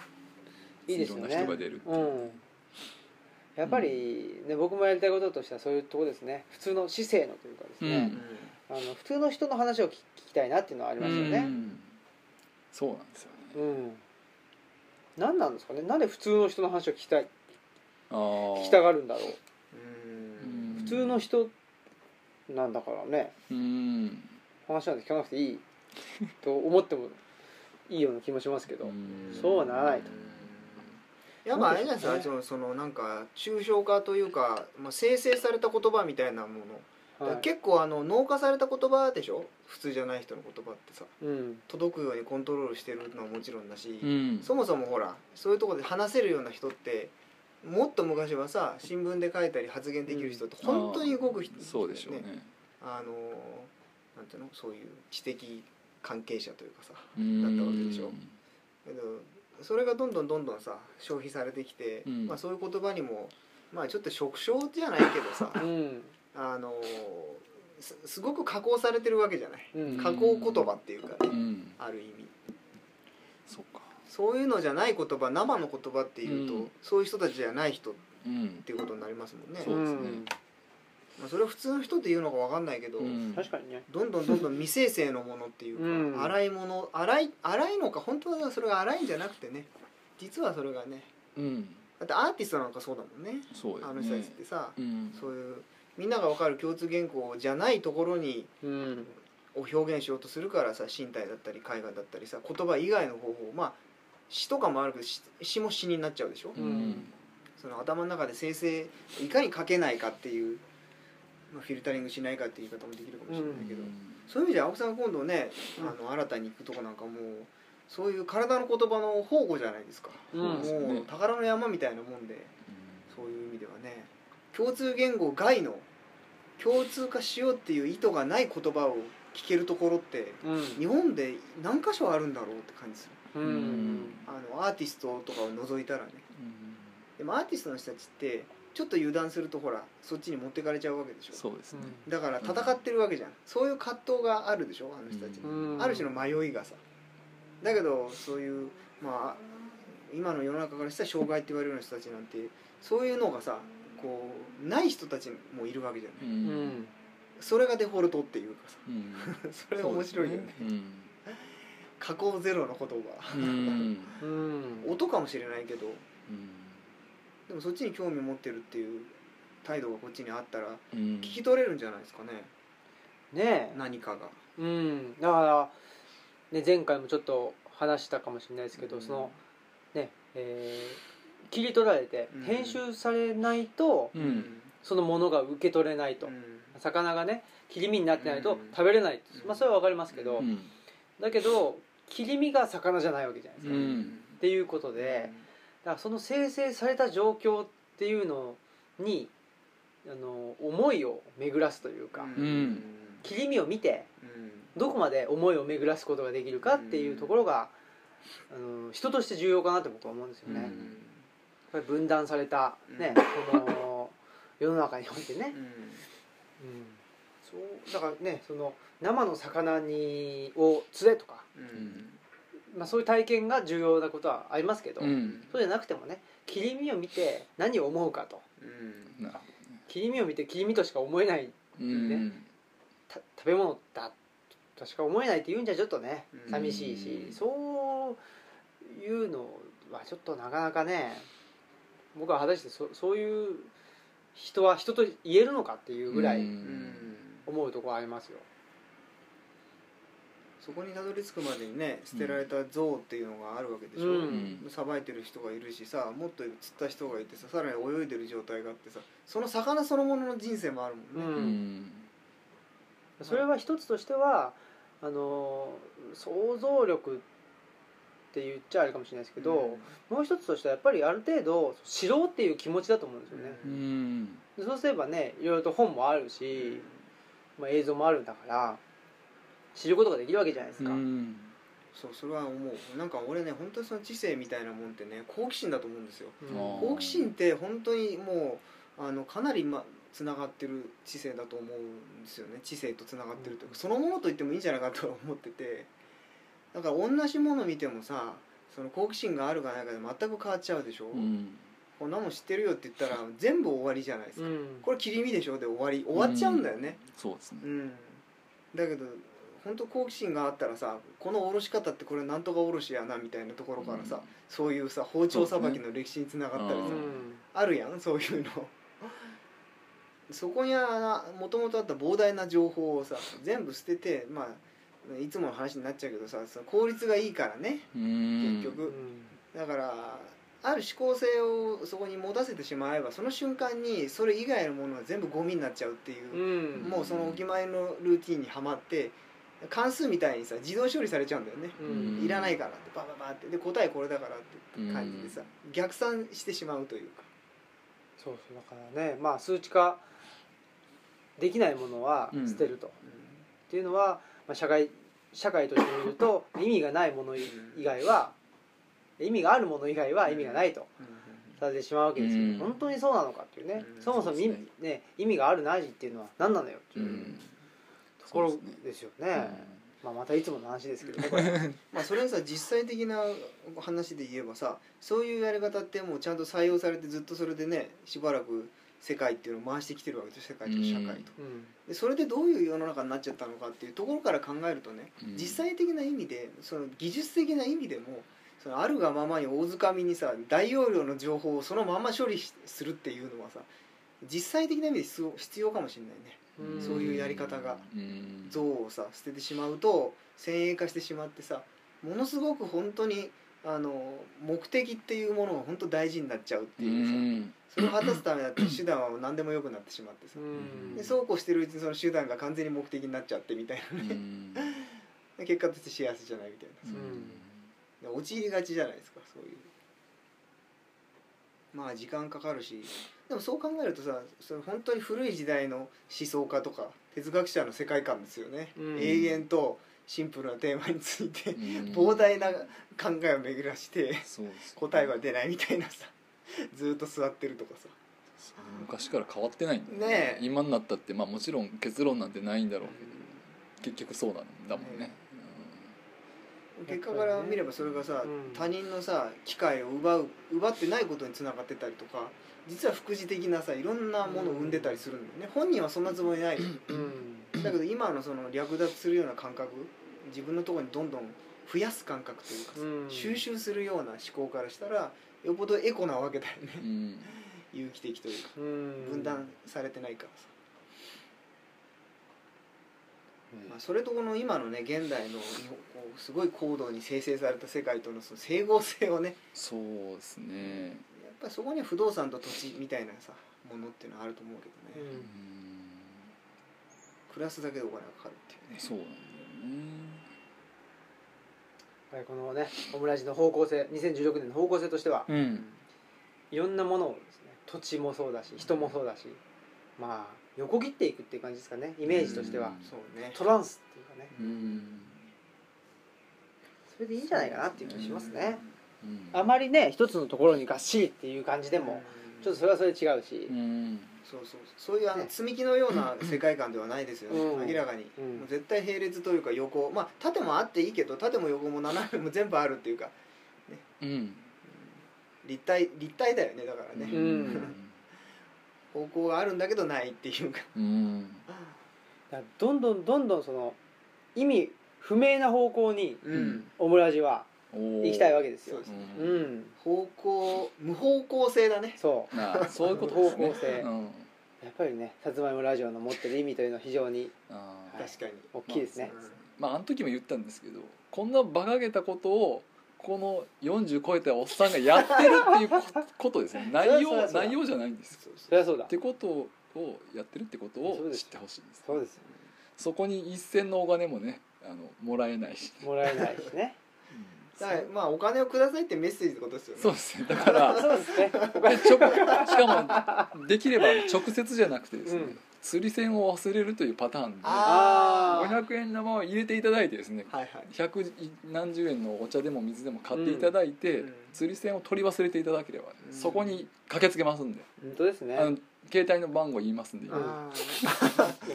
Speaker 1: いいですよね
Speaker 3: ろんな人が出る
Speaker 1: うんやっぱり、ね、僕もやりたいこととしてはそういうとこですね普通の市政のというかです
Speaker 3: う
Speaker 2: う
Speaker 1: ね、
Speaker 2: ん
Speaker 1: あの普通の人の話を聞きたいなっていうのはありますよ
Speaker 3: う
Speaker 1: ね
Speaker 3: んそうなんですよね
Speaker 1: うん、何なんですかねなんで普通の人の話を聞きたい
Speaker 3: あ
Speaker 1: 聞
Speaker 3: ー
Speaker 1: きたがるんだろう
Speaker 2: うん
Speaker 1: 普通の人なんだからね
Speaker 3: うん
Speaker 1: 話なんて聞かなくていいと思ってもいいような気もしますけど、
Speaker 3: ん
Speaker 1: そうはならないと
Speaker 2: やっぱあれじゃないですかそのそのなんか抽象化というか、まあ、生成された言葉みたいなもの、だから
Speaker 1: はい
Speaker 2: 結構あの脳化された言葉でしょ普通じゃない人の言葉ってさ
Speaker 1: うん
Speaker 2: 届くようにコントロールしてるのはもちろんだし、
Speaker 3: うん
Speaker 2: そもそもほらそういうところで話せるような人ってもっと昔はさ新聞で書いたり発言できる人って本当に動く人だよ
Speaker 3: そうでしょうね
Speaker 2: あのなんていうのそういう知的関係者というかさ
Speaker 3: うん
Speaker 2: だったわけでしょけどそれがどんどんどんどんさ消費されてきて、
Speaker 3: うん
Speaker 2: まあ、そういう言葉にも、まあ、ちょっと触傷じゃないけどさ
Speaker 1: うん
Speaker 2: あのすすごく加工されてるわけじゃない
Speaker 1: うん
Speaker 2: 加工言葉っていうか
Speaker 3: う
Speaker 2: ね
Speaker 3: ん
Speaker 2: ある意味
Speaker 3: そうか
Speaker 2: そういうのじゃない言葉生の言葉っていうと、
Speaker 3: うん
Speaker 2: そういう人たちじゃない人っ
Speaker 3: うん
Speaker 2: ていうことになりますもんね
Speaker 3: そうですね
Speaker 2: まあ、それは普通の人っていうのか分かんないけど、
Speaker 3: うん
Speaker 1: 確かにね
Speaker 2: どんどんどんどん未生成のものっていうか、
Speaker 1: うん
Speaker 2: 荒いもの荒い荒いのか本当はそれが荒いんじゃなくてね実はそれがね
Speaker 3: うん
Speaker 2: だってアーティストなんかそうだもんね
Speaker 3: そう
Speaker 2: あの
Speaker 3: で
Speaker 2: 人
Speaker 3: す
Speaker 2: た
Speaker 3: ね
Speaker 2: ちってさ、
Speaker 3: うん
Speaker 2: そういうみんなが分かる共通言語じゃないところに
Speaker 1: うん
Speaker 2: を表現しようとするからさ身体だったり絵画だったりさ言葉以外の方法まあ詩とかもあるけど詩詩も詩になっちゃうでしょ、
Speaker 3: うん
Speaker 2: その頭の中で生成いかに書けないかっていう、まあ、フィルタリングしないかっていう言い方もできるかもしれないけど、そういう意味じゃ青木さん今度ね
Speaker 1: うん
Speaker 2: あの新たに行くとこなんかもうそういう体の言葉の宝庫じゃないですか、
Speaker 1: うん
Speaker 3: そうですね
Speaker 2: もう宝の山みたいなもんでそういう意味ではね共通言語外の共通化しようっていう意図がない言葉を聞けるところって
Speaker 1: うん
Speaker 2: 日本で何箇所あるんだろうって感じする
Speaker 1: う
Speaker 3: うん
Speaker 1: ん
Speaker 2: あのアーティストとかを除いたらね
Speaker 3: うん
Speaker 2: でもアーティストの人たちってちょっと油断するとほらそっちに持ってかれちゃうわけでしょ
Speaker 3: そうですね
Speaker 2: だから戦ってるわけじゃん、そういう葛藤があるでしょあの人たち、
Speaker 1: うん
Speaker 2: ある種の迷いがさだけどそういうまあ今の世の中からしたら障害って言われるような人たちなんてそういうのがさこうない人たちもいるわけじゃない
Speaker 1: うんん
Speaker 2: それがデフォルトっていうかさ (laughs)
Speaker 3: うん
Speaker 2: それが面白いよね
Speaker 3: うん
Speaker 2: 加工ゼロの言
Speaker 3: うんうん
Speaker 1: うん
Speaker 2: 葉音かもしれないけど
Speaker 3: うん
Speaker 2: でもそっちに興味を持ってるっていう態度がこっちにあったら
Speaker 3: うん
Speaker 2: 聞き取れるんじゃないですかね、
Speaker 1: ね
Speaker 2: 何かが。
Speaker 1: えうんだから、ね、前回もちょっと話したかもしれないですけど、
Speaker 2: うん
Speaker 1: そのねえー切り取られて
Speaker 2: うん
Speaker 1: 編集されないと、
Speaker 3: う
Speaker 2: うん
Speaker 1: そのものが受け取れないと、
Speaker 2: ん
Speaker 1: 魚がね切り身になってないと
Speaker 2: うん
Speaker 1: 食べれない、
Speaker 2: うん
Speaker 1: まあそれは分かりますけど、
Speaker 2: う
Speaker 3: うん
Speaker 1: だけど切り身が魚じゃないわけじゃないですか、
Speaker 3: うん
Speaker 1: っていうことで、だからその生成された状況っていうのにあの思いを巡らすというか、
Speaker 2: うん
Speaker 3: ん
Speaker 1: 切り身を見て
Speaker 2: うん
Speaker 1: どこまで思いを巡らすことができるかっていうところが、あの人として重要かなって僕は思うんですよね。
Speaker 3: うん
Speaker 1: やっぱり分断された、ねこの世の中においてね、
Speaker 2: うん
Speaker 1: そうだからねその生の魚にを釣れとか、
Speaker 2: うん
Speaker 1: まあ、そういう体験が重要なことはありますけど、
Speaker 3: うん
Speaker 1: そうじゃなくてもね切り身を見て何を思うかと
Speaker 2: うん
Speaker 3: なるほ
Speaker 1: 切り身を見て切り身としか思えない
Speaker 3: どねうん
Speaker 1: た食べ物だとしか思えないって言うんじゃちょっとね
Speaker 2: うん
Speaker 1: 寂しいし、
Speaker 3: うん
Speaker 1: そういうのはちょっとなかなかね僕は果たしてそそういう人は人と言えるのかっていうぐらい
Speaker 3: う
Speaker 2: うんん
Speaker 1: 思うところありますよ。
Speaker 2: そこにたどり着くまでにね捨てられた像っていうのがあるわけでしょ、
Speaker 1: うん
Speaker 2: さばいてる人がいるしさもっと釣った人がいてささらに泳いでる状態があってさその魚そのものの人生もあるもんね、
Speaker 3: う
Speaker 1: うん
Speaker 3: ん
Speaker 1: それは一つとしてはあの想像力って言っちゃあれかもしれないですけど、もう一つとしてはやっぱりある程度知ろうっていう気持ちだと思うんですよね、
Speaker 3: うん
Speaker 1: でそうすればねいろいろと本もある
Speaker 2: う
Speaker 1: し
Speaker 2: ん、
Speaker 1: まあ、映像もあるんだから知ることができるわけじゃないです
Speaker 3: う
Speaker 1: か、
Speaker 3: ん
Speaker 2: そうそれは思うなんか俺ね本当にその知性みたいなもんってね好奇心だと思うんですよ
Speaker 3: うん
Speaker 2: 好奇心って本当にもうあのかなりまつながってる知性だと思うんですよね知性とつながってるというかそのものと言ってもいいんじゃないかと思っててだから同じもの見てもさその好奇心があるかないかで全く変わっちゃうでしょ、
Speaker 3: うん
Speaker 2: こんなもん知ってるよって言 (laughs) ったら全部終わりじゃないです
Speaker 1: う
Speaker 2: か、
Speaker 1: ん
Speaker 2: これ切り身でしょで終わり終わっちゃうんだよね
Speaker 3: そうですね
Speaker 2: うん、だけど本当好奇心があったらさこのおろし方ってこれなんとかおろしやなみたいなところからさ、そういうさ包丁さばきの歴史につながったり
Speaker 1: うん
Speaker 2: さ、あるやんそういうのそこにはもともとあった膨大な情報をさ全部捨ててまあいつもの話になっちゃうけどさその効率がいいからね
Speaker 3: うん
Speaker 2: 結
Speaker 1: う
Speaker 2: 局
Speaker 1: ん
Speaker 2: だからある思考性をそこに持たせてしまえばその瞬間にそれ以外のものは全部ゴミになっちゃうっていうう、
Speaker 1: ん
Speaker 2: もうそのお決まりのルーティンにはまって関数みたいにさ自動処理されちゃうんだよね、
Speaker 1: うん
Speaker 2: いらないからってバババってで答えこれだからって感じでさ、逆算してしまうというか。
Speaker 1: そうそうだからねまあ数値化できないものは
Speaker 3: うん
Speaker 1: 捨てると、っていうのは、まあ、社会社会として見ると意味がないもの以
Speaker 2: うん
Speaker 1: 以外は意味があるもの以外は意味がないとされてしまうわけですよ、
Speaker 3: うん
Speaker 1: 本当にそうなのかっていうね、
Speaker 2: うん
Speaker 1: そもそも
Speaker 3: そう
Speaker 1: 意
Speaker 3: で
Speaker 1: 味
Speaker 3: す
Speaker 1: ね意味があるなしっていうのは何なのよって
Speaker 3: う
Speaker 1: いうんところ
Speaker 3: そうですね
Speaker 1: ですよね、まあ、またいつもの話ですけどねこれ
Speaker 2: まあそれはさ実際的な話で言えばさそういうやり方ってもうちゃんと採用されてずっとそれでねしばらく世界っていうのを回してきてるわけですよ世界と社会と、
Speaker 1: うん
Speaker 2: でそれでどういう世の中になっちゃったのかっていうところから考えるとね、
Speaker 3: うん
Speaker 2: 実際的な意味でその技術的な意味でもそのあるがままに大掴みにさ大容量の情報をそのまま処理しするっていうのはさ実際的な意味で必要必要かもしれないね。
Speaker 1: うん
Speaker 2: そういうやり方が
Speaker 3: うん
Speaker 2: 像をさ捨ててしまうと先鋭化してしまってさものすごく本当にあの目的っていうものが本当大事になっちゃうって
Speaker 3: う
Speaker 2: いうさ、
Speaker 3: ん
Speaker 2: それを果たすためだって手段は何でもよくなってしまってさ、
Speaker 1: うん
Speaker 2: でそうこうしてるうちにその手段が完全に目的になっちゃってみたい
Speaker 3: うん
Speaker 2: な結果として幸せじゃないみたいなで陥りがちじゃないですかそういうまあ時間かかるしでもそう考えるとさそれ本当に古い時代の思想家とか哲学者の世界観ですよね、
Speaker 1: うん
Speaker 2: 永遠とシンプルなテーマについて
Speaker 3: うん
Speaker 2: 膨大な考えを巡らして
Speaker 3: そうです
Speaker 2: 答えは出ないみたいなさずっと座ってるとかさ
Speaker 3: 昔から変わってないんだよ
Speaker 2: ねえ
Speaker 3: 今になったってまあもちろん結論なんてないんだろうけど結局そうなんだもんね
Speaker 2: ね結果から見ればそれがさ、
Speaker 1: うん
Speaker 2: 他人のさ機会を奪う奪ってないことにつながってたりとか実は副次的なさいろんなものを生んでたりするんだよね本人はそんなつもりない
Speaker 1: うん
Speaker 2: だけど今のその略奪するような感覚自分のところにどんどん増やす感覚というかさ
Speaker 1: うん
Speaker 2: 収集するような思考からしたらよっぽどエコなわけだよね
Speaker 3: うん
Speaker 2: 有機的というか
Speaker 1: うん
Speaker 2: 分断されてないからさ、
Speaker 1: うん
Speaker 2: まあ、それとこの今のね現代の日本こうすごい高度に生成された世界とのその整合性をね
Speaker 3: そうですね
Speaker 2: やっぱりそこには不動産と土地みたいなさものっていうのはあると思うけど
Speaker 1: う
Speaker 2: ね、
Speaker 3: うん
Speaker 1: ん
Speaker 2: 暮らすだけでお金がかかるっていうね
Speaker 3: そうなん
Speaker 1: はいこのねオムラジの方向性2016年の方向性としては
Speaker 3: だよねうん
Speaker 1: いろんなものをですね土地もそうだし人もそうだしまあ横切っていくっていう感じですかねイメージとしては
Speaker 3: うん
Speaker 2: そうね
Speaker 1: トランスっていうかね
Speaker 3: うん
Speaker 1: それでいいんじゃないかなっていう気がしますね
Speaker 3: うん
Speaker 1: あまりね一つのところにがっしりっていう感じで
Speaker 2: で
Speaker 1: もちょっとそれはそれで違うし
Speaker 3: うん
Speaker 2: そうそうそういうあの
Speaker 1: ね
Speaker 2: 積み木のような世界観ではないですよね、
Speaker 1: うん
Speaker 2: 明らかに、
Speaker 1: うん
Speaker 2: もう絶対並列というか横まあ縦もあっていいけど縦も横も斜めも全部あるっていうか
Speaker 3: うん
Speaker 2: 立体立体だよねだから
Speaker 3: う
Speaker 2: ね、
Speaker 3: ん
Speaker 2: 方向があるんだけどないっていうか
Speaker 3: うん
Speaker 1: だからどんどんどんどんその意味不明な方向に
Speaker 2: う
Speaker 1: オムラジは
Speaker 3: 行
Speaker 1: 行きたいわけです
Speaker 2: そう
Speaker 1: よ
Speaker 2: です
Speaker 1: う
Speaker 3: うん
Speaker 1: ん
Speaker 2: 方向無方向性だね
Speaker 1: そう
Speaker 3: なあそういうことですね
Speaker 1: 方向性
Speaker 3: うん
Speaker 1: やっぱりねさつまいもラジオの持ってる意味というのは非常に
Speaker 3: あー
Speaker 2: 確かに、
Speaker 1: 大きいですね、
Speaker 3: まああの時も言ったんですけどこんな馬鹿げたことをこの40超えたおっさんがやってるっていうこことですね内
Speaker 1: (laughs) そうだそうだ
Speaker 3: 容
Speaker 1: そうだ
Speaker 3: 内容じゃないんです
Speaker 2: そうそ
Speaker 1: そりゃそうだ
Speaker 3: ってことをやってるってこと
Speaker 1: そう
Speaker 3: を
Speaker 1: です
Speaker 3: 知ってほしいです
Speaker 1: そうですよ
Speaker 3: そこに一銭のお金もねあのもらえないし、
Speaker 1: もらえないしね
Speaker 2: うだからまあお金をくださいってメッセージってことですよね
Speaker 3: そうですねだか
Speaker 1: (laughs)
Speaker 3: ら
Speaker 1: そうです (laughs) ね
Speaker 3: でちょしかもできれば直接じゃなくてですね、
Speaker 1: うん
Speaker 3: 釣り銭を忘れるというパターンで
Speaker 1: あー
Speaker 3: 500円玉を入れていただいてですね
Speaker 2: はいはい
Speaker 3: 100何十円のお茶でも水でも買っていただいて、
Speaker 2: うんうん
Speaker 3: 釣り銭を取り忘れていただければ、
Speaker 2: うん
Speaker 3: そこに駆けつけますんで、
Speaker 1: 本当ですね
Speaker 3: あの携帯の番号言いますんで、
Speaker 1: うん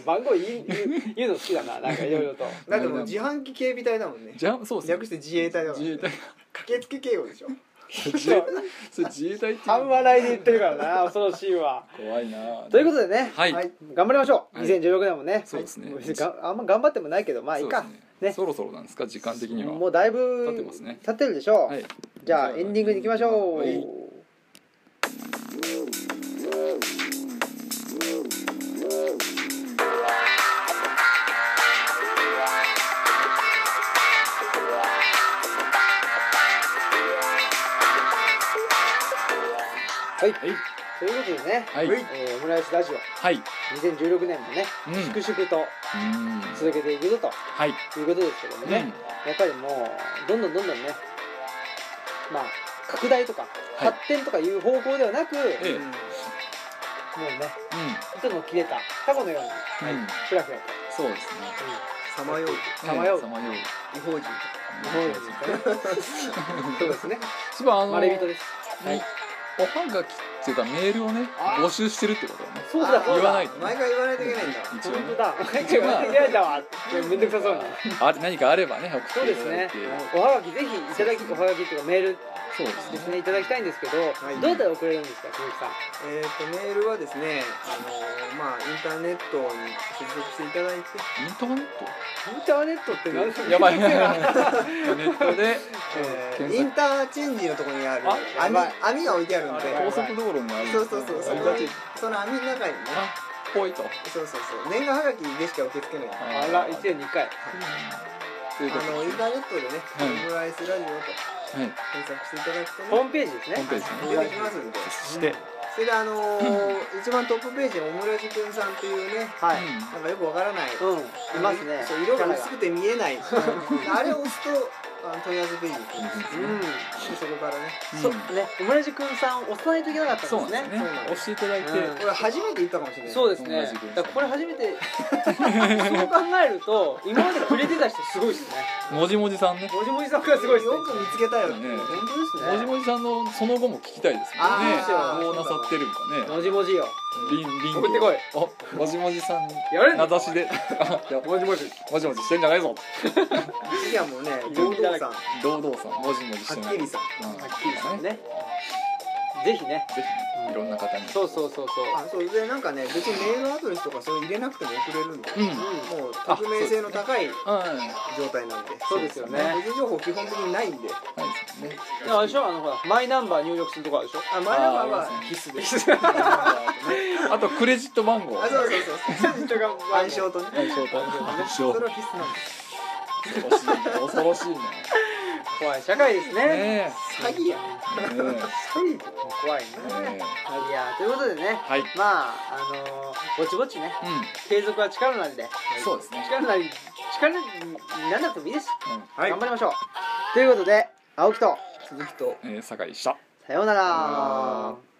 Speaker 1: 番号言い言う言うの好きだななんかいろいろと
Speaker 2: だってもう自販機警備隊だもんね
Speaker 3: じゃそうですね
Speaker 2: 略して自衛隊だもんね
Speaker 3: 自衛隊
Speaker 2: 駆けつけ警護でしょ
Speaker 3: 自衛それ自衛隊っていう
Speaker 1: 半
Speaker 3: の
Speaker 1: 笑いで言ってるからな恐ろしいわ
Speaker 3: 怖いな
Speaker 1: ということでね、
Speaker 3: はい、
Speaker 2: はい
Speaker 1: 頑張りましょう
Speaker 3: はい
Speaker 1: 2016年もね、
Speaker 3: そうですね
Speaker 1: 別にがあんま頑張ってもないけどまあいいか
Speaker 3: そうです
Speaker 1: ね
Speaker 3: そろそろなんですか時間的には
Speaker 1: もうだいぶ
Speaker 3: 経ってますね
Speaker 1: 経ってるでしょう、
Speaker 3: はい
Speaker 1: じゃあエンディングに行きましょう、
Speaker 3: はい
Speaker 1: はい、ということでね、
Speaker 3: はい
Speaker 2: はい
Speaker 1: えーオムライスラジオ
Speaker 3: はい
Speaker 1: 2016年もね、
Speaker 3: うん
Speaker 1: 粛々と
Speaker 3: うん
Speaker 1: 続けていくぞと
Speaker 3: はい
Speaker 1: いうことですけどもね、やっぱりもうどんどんどんどんねまあ拡大とか
Speaker 3: はい
Speaker 1: 発展とかいう方向ではなく、
Speaker 3: ええ
Speaker 2: うん
Speaker 1: もうね糸の切れたタコのように
Speaker 3: うん、うん、
Speaker 1: ふらふらと、
Speaker 3: そうですね
Speaker 2: さまよう
Speaker 1: さまよう
Speaker 3: ええさまよう
Speaker 2: 違法人とか
Speaker 1: 日本よりね
Speaker 3: (laughs)
Speaker 1: そうですね
Speaker 3: 一番あの
Speaker 1: まれびとです
Speaker 3: はいおはがきっていうかメールをね
Speaker 1: あ
Speaker 3: 募集してるってことだね
Speaker 1: そうだそうだ
Speaker 3: 言わないと
Speaker 2: 毎回言わないといけないんだ
Speaker 3: 一応
Speaker 1: 本当
Speaker 3: ね
Speaker 1: だめっちゃ嫌いだわめんどくさそうに
Speaker 3: あれ何かあればね送
Speaker 1: そう
Speaker 3: って
Speaker 1: で
Speaker 3: い
Speaker 1: す
Speaker 3: ただ
Speaker 1: ね
Speaker 3: いて
Speaker 1: おはがきぜひいただきおはがきっていうかメール
Speaker 3: そうです
Speaker 1: です
Speaker 3: ね
Speaker 1: ねいただきたいんですけど、
Speaker 2: い
Speaker 1: どうやったら送れるんですか鈴木さん
Speaker 2: えー、とメールはですね、あのーまあ、インターネットに接続していただいて
Speaker 3: インターネッ
Speaker 1: インターネットって何
Speaker 3: ト
Speaker 1: (laughs)
Speaker 3: やばいネ
Speaker 1: な
Speaker 3: ットで
Speaker 2: え
Speaker 3: 検
Speaker 2: ー、
Speaker 3: 索
Speaker 2: インターチェンジのところにある
Speaker 1: あや
Speaker 2: 網
Speaker 1: ばい
Speaker 2: 網が置いてあるんで
Speaker 1: やばい
Speaker 3: (laughs) 高速道路にあるんです
Speaker 2: そ
Speaker 3: ね
Speaker 2: うそうそうそ
Speaker 1: あ
Speaker 2: こ
Speaker 1: れ
Speaker 3: あ
Speaker 2: にその網の中にね
Speaker 3: ぽいと
Speaker 2: そうそうそう年賀はがきでしか受け付けないあ
Speaker 1: あら1年2回
Speaker 3: ということ
Speaker 2: のインターネットでね「
Speaker 3: はい
Speaker 2: オムライスラジオ」と
Speaker 3: ではい
Speaker 2: 検索していただくと
Speaker 1: ホー
Speaker 2: ね
Speaker 1: ムページですね
Speaker 3: ホームページ
Speaker 2: 出てきますんで
Speaker 3: して
Speaker 2: それであのー、一番トップページにオムライスくんさんっていうね
Speaker 1: はい、
Speaker 2: なんかよくわからない
Speaker 1: うん、いますね。
Speaker 2: そう色が薄
Speaker 1: う
Speaker 2: くて見えない
Speaker 1: (laughs)
Speaker 2: あれを押すとあの問い合わせページに行くんです
Speaker 1: ん。
Speaker 2: そこからね
Speaker 1: そうね、オムラジ君さんを押さないといけなかった
Speaker 3: そうんな
Speaker 1: で
Speaker 3: ん
Speaker 1: す
Speaker 3: で
Speaker 1: ね。
Speaker 3: すね押していただいて
Speaker 1: うん
Speaker 2: これ初めて行ったかもしれない
Speaker 1: そうですね
Speaker 3: 同じ軍。さん
Speaker 1: だからこれ初めてそう考えると今まで触れてた人すごいですね。
Speaker 3: もじもじさんね
Speaker 1: もじもじさんがすごいですね。
Speaker 2: よく見つけたよね
Speaker 3: ね
Speaker 1: 本当
Speaker 3: も
Speaker 1: ですね。
Speaker 3: じもじさんのその後も聞きたいですもんね
Speaker 2: あー
Speaker 3: どうなさってるんかね
Speaker 1: もじもじよ。
Speaker 3: リンリン
Speaker 1: 送ってこい
Speaker 3: あもじもじさん
Speaker 1: やれん
Speaker 3: 名
Speaker 1: の。
Speaker 3: 指しであいや
Speaker 1: もじもじ。
Speaker 3: もじもじしてんじゃないぞ
Speaker 2: 次はもうね
Speaker 1: 色
Speaker 2: 堂
Speaker 1: 々
Speaker 2: 々さんは
Speaker 3: 堂々さんもじもじしてな
Speaker 2: っ
Speaker 3: い
Speaker 2: きりさん
Speaker 3: うん
Speaker 1: はっきりさんね。ぜひね。
Speaker 3: ぜひねいろんな方に
Speaker 1: そうそうそう
Speaker 2: あそうでなんかね別にメールアドレスとかそういう入れなくても送れるんで、
Speaker 3: うん
Speaker 1: そう。うん。
Speaker 2: もう匿名性の高い
Speaker 3: はい
Speaker 2: 状態なんで
Speaker 1: そうですよね。
Speaker 2: 個人情報基本的にないん
Speaker 3: はい
Speaker 2: でね
Speaker 1: いやあれでしょあのほらマイナンバー入力するとこあるでしょ
Speaker 2: あ前はまあ
Speaker 3: あー
Speaker 2: 必須で
Speaker 1: ですす
Speaker 2: あそ
Speaker 3: あとクレジット番号
Speaker 2: うそうそう人が暗証とね
Speaker 3: 暗証と暗証
Speaker 2: それは必須なん
Speaker 3: 恐
Speaker 2: で
Speaker 3: ろしい恐ろしいなね
Speaker 1: 怖い社会ですね
Speaker 3: え
Speaker 2: す詐欺や
Speaker 3: ねえね
Speaker 2: 詐欺だ
Speaker 1: 怖いね
Speaker 3: え
Speaker 1: いやということでね
Speaker 3: はいうん
Speaker 1: まああのーぼちぼちね継続は力なりで
Speaker 3: そうですね
Speaker 1: 力なり力にならなくてもいいです、
Speaker 3: うん
Speaker 2: はい
Speaker 1: 頑張りましょうということで青木と
Speaker 2: 続きと
Speaker 3: えー酒井でした
Speaker 1: さような
Speaker 2: さような
Speaker 1: ら
Speaker 2: ら